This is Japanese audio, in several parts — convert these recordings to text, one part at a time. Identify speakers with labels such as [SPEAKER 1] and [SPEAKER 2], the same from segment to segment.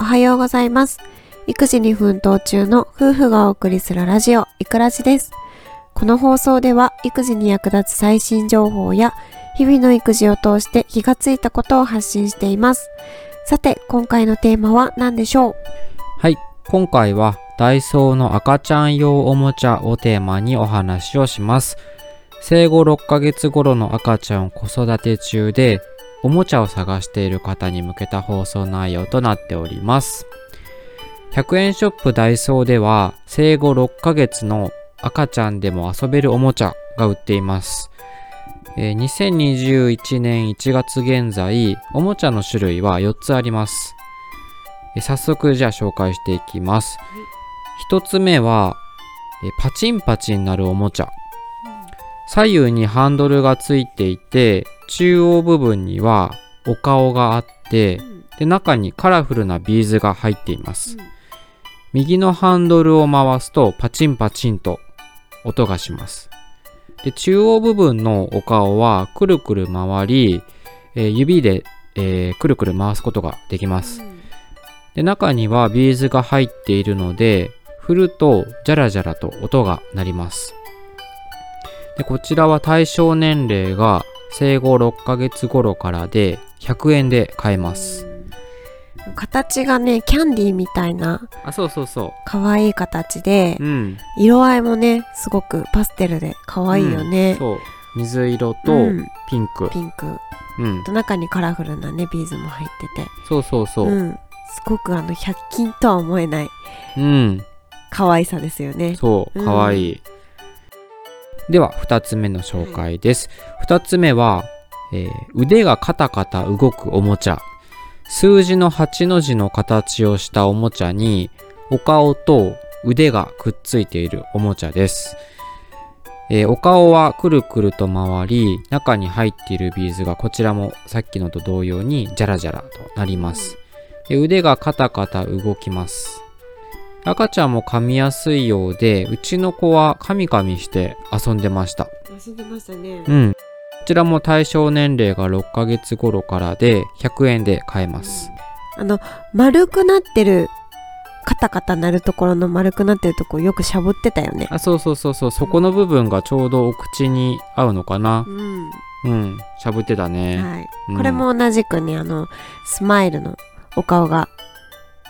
[SPEAKER 1] おはようございます。育児に奮闘中の夫婦がお送りするラジオ、いくらじです。この放送では育児に役立つ最新情報や日々の育児を通して気がついたことを発信しています。さて、今回のテーマは何でしょう
[SPEAKER 2] はい、今回はダイソーの赤ちゃん用おもちゃをテーマにお話をします。生後6ヶ月頃の赤ちゃんを子育て中で、おもちゃを探している方に向けた放送内容となっております。100円ショップダイソーでは、生後6ヶ月の赤ちゃんでも遊べるおもちゃが売っています。えー2021年1月現在、おもちゃの種類は4つあります。え早速じゃあ紹介していきます。一つ目は、えパチンパチンなるおもちゃ。左右にハンドルがついていて、中央部分にはお顔があって、で、中にカラフルなビーズが入っています
[SPEAKER 1] うん。
[SPEAKER 2] 右のハンドルを回すと、パチンパチンと音がします。で、中央部分のお顔はくるくる回り、えー指で、えーくるくる回すことができます。で中にはビーズが入っているので振るとジャラジャラと音が鳴りますでこちらは対象年齢が生後6ヶ月頃からで100円で買えます
[SPEAKER 1] 形がね、キャンディーみたいな
[SPEAKER 2] あそうそうそ
[SPEAKER 1] 可愛い形で
[SPEAKER 2] う、うん
[SPEAKER 1] 色合いもね、すごくパステルで可愛いよね。
[SPEAKER 2] そう水色と
[SPEAKER 1] うん
[SPEAKER 2] ピンク
[SPEAKER 1] ピンク。
[SPEAKER 2] うん、
[SPEAKER 1] と中にカラフルなね、ビーズも入ってて。
[SPEAKER 2] そうそうそううん、
[SPEAKER 1] ん、すごくあの100均とは思えない可愛さですよね。
[SPEAKER 2] そうかわいい、では2つ目の紹介です、2つ目は、えー腕がカタカタ動くおもちゃ数字の8の字の形をしたおもちゃにお顔と腕がくっついているおもちゃです、えーお顔はくるくると回り中に入っているビーズがこちらもさっきのと同様にジャラジャラとなりますで腕がカタカタ動きます赤ちゃんも噛みやすいようでうちの子は噛み噛みして遊んでました
[SPEAKER 1] 遊んでましたね
[SPEAKER 2] うんこちらも対象年齢が6ヶ月頃からで100円で買えます
[SPEAKER 1] あの丸くなってるカタカタなるところの丸くなってるとこよくしゃぶってたよね。
[SPEAKER 2] あそうそうそうそうそこの部分がちょうどお口に合うのかな
[SPEAKER 1] うん、
[SPEAKER 2] うんしゃぶってたね、
[SPEAKER 1] はい。
[SPEAKER 2] うん
[SPEAKER 1] これも同じくねあのスマイルのお顔が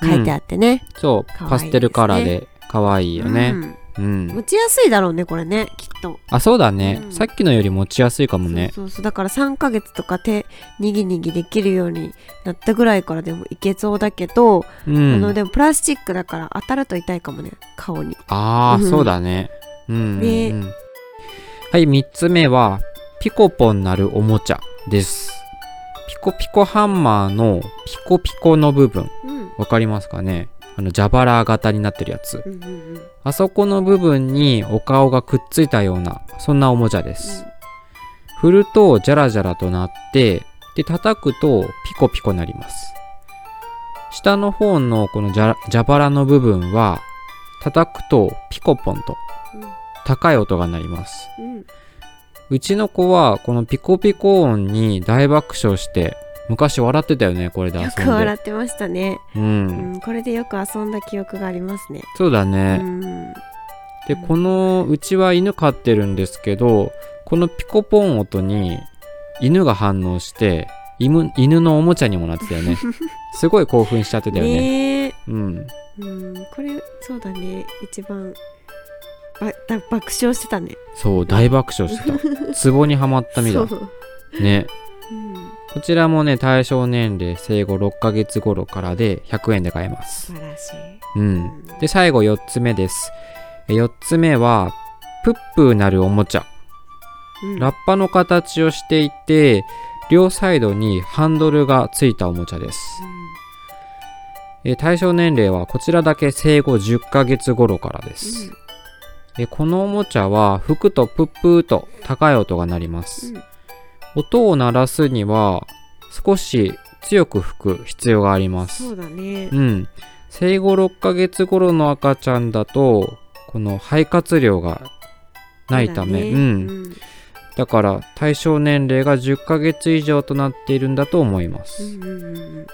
[SPEAKER 1] 書いてあってね。
[SPEAKER 2] そう
[SPEAKER 1] かわいいですね
[SPEAKER 2] パステルカラーで可愛いよねうん、
[SPEAKER 1] うん持ちやすいだろうねこれねきっと。
[SPEAKER 2] あそうだね、
[SPEAKER 1] うん
[SPEAKER 2] さっきのより持ちやすいかもね
[SPEAKER 1] そうそうそうだから3ヶ月とか手にぎにぎできるようになったぐらいからでもいけそうだけど、
[SPEAKER 2] う
[SPEAKER 1] あの
[SPEAKER 2] ん
[SPEAKER 1] でもプラスチックだから当たると痛いかもね顔に
[SPEAKER 2] ああ、
[SPEAKER 1] うん
[SPEAKER 2] そうだね。うんうんうん、
[SPEAKER 1] ね
[SPEAKER 2] はい、3つ目は、ピコポンなるおもちゃです。ピコピコハンマーのピコピコの部分、
[SPEAKER 1] うん
[SPEAKER 2] わかりますかねあの、蛇腹型になってるやつ。
[SPEAKER 1] うんうんうん
[SPEAKER 2] あそこの部分にお顔がくっついたような、そんなおもちゃです。振ると、ジャラジャラとなって、で、叩くと、ピコピコなります。下の方のこのジャラ蛇腹の部分は、叩くと、ピコポンと、高い音が鳴ります。
[SPEAKER 1] うん
[SPEAKER 2] うちの子は、このピコピコ音に大爆笑して、昔笑ってたよね、これで遊ん
[SPEAKER 1] よ
[SPEAKER 2] で。
[SPEAKER 1] く笑ってましたね、
[SPEAKER 2] う。
[SPEAKER 1] うんん、これでよく遊んだ記憶がありますね
[SPEAKER 2] そうだね。
[SPEAKER 1] うん
[SPEAKER 2] でこのうちは犬飼ってるんですけどこのピコポン音に犬が反応して犬犬のおもちゃにもなってた よねすごい興奮しちゃってたよね
[SPEAKER 1] ねえ
[SPEAKER 2] うん
[SPEAKER 1] うんこれそうだね一番ばだ爆笑してたね
[SPEAKER 2] そう大爆笑してたツボにはまったみた
[SPEAKER 1] そう
[SPEAKER 2] いね
[SPEAKER 1] うん
[SPEAKER 2] こちらもね対象年齢生後6ヶ月頃からで100円で買えます
[SPEAKER 1] 素晴らしい、
[SPEAKER 2] うんで最後4つ目です4つ目はプップーなるおもちゃ
[SPEAKER 1] うん
[SPEAKER 2] ラッパの形をしていて両サイドにハンドルがついたおもちゃです、えー対象年齢はこちらだけ生後10ヶ月頃からです、えーこのおもちゃは吹くとプップーと高い音が鳴ります、
[SPEAKER 1] うん
[SPEAKER 2] 音を鳴らすには少し強く吹く必要があり
[SPEAKER 1] う
[SPEAKER 2] ま
[SPEAKER 1] ん、
[SPEAKER 2] す
[SPEAKER 1] そうだね
[SPEAKER 2] うん。生後6ヶ月頃の赤ちゃんだと、この肺活量がないため、
[SPEAKER 1] そう
[SPEAKER 2] う
[SPEAKER 1] だね
[SPEAKER 2] ん。だから対象年齢が10ヶ月以上となっているんだと思います。
[SPEAKER 1] うんうんうんうん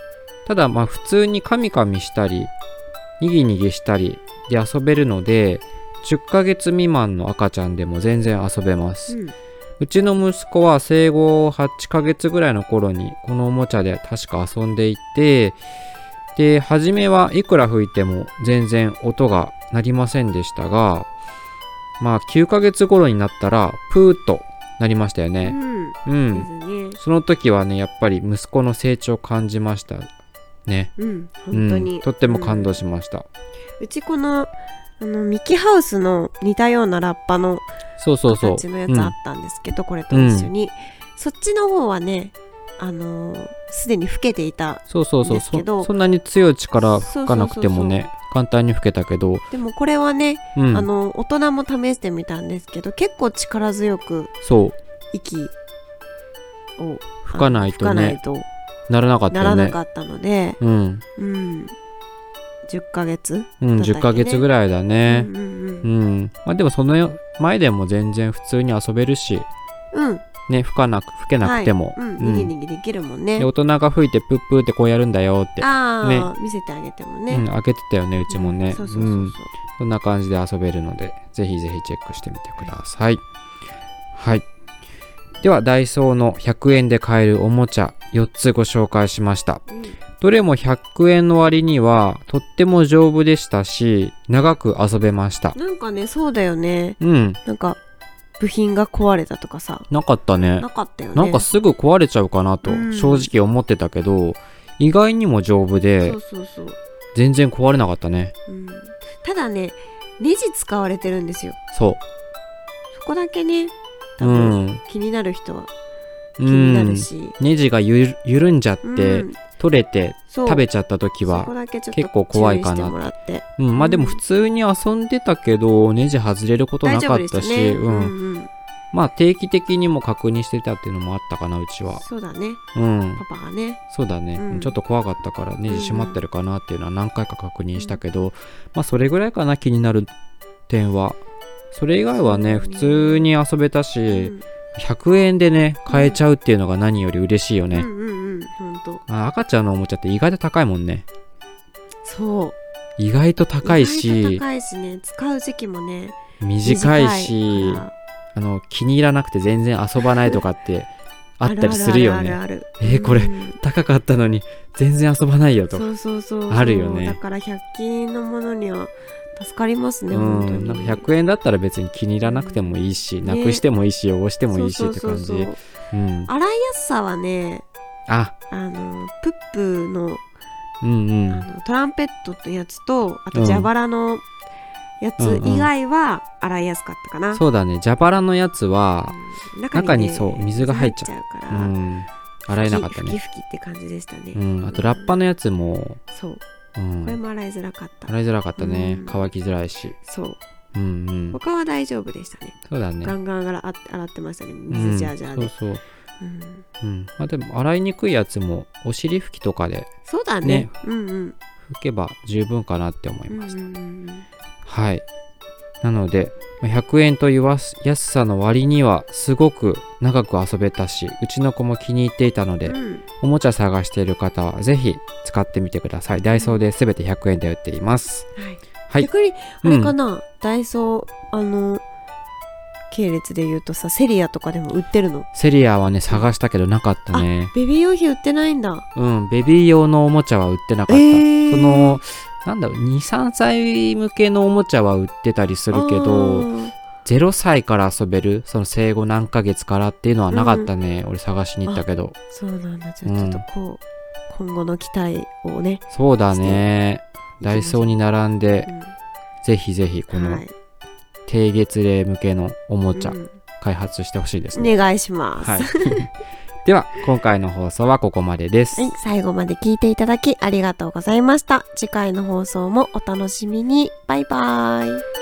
[SPEAKER 2] ただまあ普通にカミカミしたりにぎにぎしたりで遊べるので10ヶ月未満の赤ちゃんでも全然遊べます、
[SPEAKER 1] うん
[SPEAKER 2] うちの息子は生後8ヶ月ぐらいの頃にこのおもちゃで確か遊んでいてで初めはいくら吹いても全然音が鳴りませんでしたがまあ9ヶ月頃になったらプーッと鳴りましたよね
[SPEAKER 1] うん
[SPEAKER 2] う
[SPEAKER 1] ですね
[SPEAKER 2] んその時はねやっぱり息子の成長を感じましたね
[SPEAKER 1] うん本当
[SPEAKER 2] う
[SPEAKER 1] に
[SPEAKER 2] ん、とっても感動しました、
[SPEAKER 1] うちこのあのミキハウスの似たようなラッパの
[SPEAKER 2] そうそうそう
[SPEAKER 1] 形のやつあったんですけど、これと一緒に、そっちの方はねあのーすでに老けていた
[SPEAKER 2] そうそうそう
[SPEAKER 1] ですけ
[SPEAKER 2] そ
[SPEAKER 1] ど
[SPEAKER 2] そんなに強い力吹かなくてもね簡単に吹けたけど、
[SPEAKER 1] でもこれはね、
[SPEAKER 2] うん、
[SPEAKER 1] あの大人も試してみたんですけど結構力強く
[SPEAKER 2] そう
[SPEAKER 1] 息を
[SPEAKER 2] 吹かないと
[SPEAKER 1] 吹かな
[SPEAKER 2] ね
[SPEAKER 1] いと
[SPEAKER 2] ならなかった
[SPEAKER 1] な
[SPEAKER 2] よ
[SPEAKER 1] らな
[SPEAKER 2] ね
[SPEAKER 1] かったので、
[SPEAKER 2] うん、
[SPEAKER 1] うん、10ヶ月、
[SPEAKER 2] うん、
[SPEAKER 1] だったっけね
[SPEAKER 2] 10ヶ月ぐらいだね
[SPEAKER 1] うんうん
[SPEAKER 2] う
[SPEAKER 1] うん
[SPEAKER 2] ん、まあでもその前でも全然普通に遊べるし
[SPEAKER 1] うん
[SPEAKER 2] ね吹かなく吹けなくても、
[SPEAKER 1] うん、
[SPEAKER 2] うん
[SPEAKER 1] にぎにぎできるもんね
[SPEAKER 2] で大人が吹いてプップーってこうやるんだよって
[SPEAKER 1] ああ、見せてあげてもね、
[SPEAKER 2] うん、開けてたよねうちもね、
[SPEAKER 1] そうそうそうそう、
[SPEAKER 2] んそんな感じで遊べるので、ぜひぜひチェックしてみてください。はい。では、ダイソーの100円で買えるおもちゃ4つご紹介しました。
[SPEAKER 1] うん
[SPEAKER 2] どれも100円の割にはとっても丈夫でしたし、長く遊べました。
[SPEAKER 1] なんかねそうだよね
[SPEAKER 2] うん、
[SPEAKER 1] なんか部品が壊れたとかさ
[SPEAKER 2] なかったね
[SPEAKER 1] な。かったよね
[SPEAKER 2] なんかすぐ壊れちゃうかなと
[SPEAKER 1] うん
[SPEAKER 2] 正直思ってたけど、意外にも丈夫で
[SPEAKER 1] そうそうそう、
[SPEAKER 2] 全然壊れなかったね。
[SPEAKER 1] うん、ただねネジ使われてるんですよ
[SPEAKER 2] そ
[SPEAKER 1] そこだけね
[SPEAKER 2] う。
[SPEAKER 1] 多
[SPEAKER 2] う
[SPEAKER 1] 分
[SPEAKER 2] ん。
[SPEAKER 1] 気になる人は
[SPEAKER 2] 気
[SPEAKER 1] 気になるし、
[SPEAKER 2] ネジがゆる緩んじゃって、
[SPEAKER 1] うん
[SPEAKER 2] 取れて
[SPEAKER 1] そう
[SPEAKER 2] 食べちゃった
[SPEAKER 1] そ
[SPEAKER 2] 時
[SPEAKER 1] こ
[SPEAKER 2] は、
[SPEAKER 1] だけちょっと
[SPEAKER 2] 結構怖いかな
[SPEAKER 1] 注意してもらって
[SPEAKER 2] うん、まあでも普通に遊んでたけどネジ外れること
[SPEAKER 1] 大
[SPEAKER 2] な
[SPEAKER 1] 丈
[SPEAKER 2] か
[SPEAKER 1] 夫で
[SPEAKER 2] っ
[SPEAKER 1] したた
[SPEAKER 2] し
[SPEAKER 1] ね
[SPEAKER 2] う
[SPEAKER 1] うん
[SPEAKER 2] ん、
[SPEAKER 1] うん
[SPEAKER 2] まあ定期的にも確認してたっていうのもあったかなうちは
[SPEAKER 1] そうだね
[SPEAKER 2] うん
[SPEAKER 1] パパがね
[SPEAKER 2] そうだね、
[SPEAKER 1] うん
[SPEAKER 2] ちょっと怖かったからネジ閉まってるかなっていうのは何回か確認したけど、まあそれぐらいかな気になる点はそれ以外は
[SPEAKER 1] そう
[SPEAKER 2] ね普
[SPEAKER 1] ね
[SPEAKER 2] 通に遊べたし、
[SPEAKER 1] うん
[SPEAKER 2] 100円でね買えちゃうっていうのが何より嬉しいよ
[SPEAKER 1] う
[SPEAKER 2] ね、
[SPEAKER 1] んうんうんほんと
[SPEAKER 2] まあ赤ちゃんのおもちゃって意外と高いもんね
[SPEAKER 1] そう
[SPEAKER 2] 意外と高いし
[SPEAKER 1] 意外と高いしね使う時期もね
[SPEAKER 2] 短いし
[SPEAKER 1] 短いから
[SPEAKER 2] あの気に入らなくて全然遊ばないとかってあったりするよね
[SPEAKER 1] あるあるあるある
[SPEAKER 2] えーこれ
[SPEAKER 1] うん
[SPEAKER 2] 高かったのに全然遊ばないよと
[SPEAKER 1] そうそうそうそう
[SPEAKER 2] あるよね
[SPEAKER 1] だから100均のものには助かりますね、
[SPEAKER 2] うん
[SPEAKER 1] 本当に
[SPEAKER 2] なんか100円だったら別に気に入らなくてもいいし、
[SPEAKER 1] ね
[SPEAKER 2] なくしてもいいし汚してもいいしって
[SPEAKER 1] そう
[SPEAKER 2] 感
[SPEAKER 1] そう
[SPEAKER 2] じ
[SPEAKER 1] そうそう
[SPEAKER 2] うん
[SPEAKER 1] 洗いやすさはね
[SPEAKER 2] あ
[SPEAKER 1] あのプップの
[SPEAKER 2] うんう
[SPEAKER 1] あ
[SPEAKER 2] ん
[SPEAKER 1] のトランペットってやつとあ
[SPEAKER 2] う
[SPEAKER 1] と
[SPEAKER 2] ん
[SPEAKER 1] 蛇腹のやつ以外は洗いやすかったかな、
[SPEAKER 2] そうだね蛇腹のやつは
[SPEAKER 1] うん
[SPEAKER 2] 中に
[SPEAKER 1] ね
[SPEAKER 2] そう水が入っち
[SPEAKER 1] ゃうか
[SPEAKER 2] う
[SPEAKER 1] ら、
[SPEAKER 2] ん洗えなかった
[SPEAKER 1] 吹き
[SPEAKER 2] ね
[SPEAKER 1] 吹きって感じでしたね、
[SPEAKER 2] うんあとラッパのやつも
[SPEAKER 1] そう
[SPEAKER 2] う
[SPEAKER 1] これ
[SPEAKER 2] ん
[SPEAKER 1] も洗いづらかった、
[SPEAKER 2] 洗いづらかったね
[SPEAKER 1] うん
[SPEAKER 2] 乾きづらいし
[SPEAKER 1] そう
[SPEAKER 2] うんうん
[SPEAKER 1] 他は大丈夫でしたね
[SPEAKER 2] そうだね
[SPEAKER 1] ガンガン洗って洗ってましたね
[SPEAKER 2] うん
[SPEAKER 1] 水ジャージャーで、
[SPEAKER 2] そうそう
[SPEAKER 1] うん
[SPEAKER 2] うん、まあでも洗いにくいやつもお尻拭きとかで
[SPEAKER 1] そうだね
[SPEAKER 2] ね
[SPEAKER 1] うんうん
[SPEAKER 2] 拭けば十分かなって思い
[SPEAKER 1] うんう
[SPEAKER 2] ま
[SPEAKER 1] ん
[SPEAKER 2] す、
[SPEAKER 1] うんうん
[SPEAKER 2] はいなのでまあ100円というわす安さの割にはすごく長く遊べたしうちの子も気に入っていたので、
[SPEAKER 1] うん
[SPEAKER 2] おもちゃ探している方はぜひ使ってみてくださいダイソーで全て100円で売っています
[SPEAKER 1] はい
[SPEAKER 2] はい
[SPEAKER 1] 逆にあ
[SPEAKER 2] うん
[SPEAKER 1] れかな、ダイソーあの系列で言うとさセリアとかでも売ってるの
[SPEAKER 2] セリアはね探したけどなかったね
[SPEAKER 1] ベビー用品売ってないんだ
[SPEAKER 2] うんベビー用のおもちゃは売ってなかった、
[SPEAKER 1] えー
[SPEAKER 2] そのなんだろう23歳向けのおもちゃは売ってたりす
[SPEAKER 1] あ
[SPEAKER 2] るけど
[SPEAKER 1] ー
[SPEAKER 2] 0歳から遊べるその生後何ヶ月からっていうのはなかったね、俺探しに行ったけど
[SPEAKER 1] そうなんだち
[SPEAKER 2] う
[SPEAKER 1] ょ
[SPEAKER 2] ん
[SPEAKER 1] ちょっとこう、今後の期待をね、
[SPEAKER 2] そうだねダイソーに並んで
[SPEAKER 1] うん
[SPEAKER 2] ぜひぜひこの
[SPEAKER 1] はい
[SPEAKER 2] 低月齢向けのおもちゃ
[SPEAKER 1] うん
[SPEAKER 2] 開発してほしいですね、
[SPEAKER 1] お願いします、
[SPEAKER 2] はい では今回の放送はここまでです、
[SPEAKER 1] はい、最後まで聞いていただきありがとうございました。次回の放送もお楽しみに。バイバイ。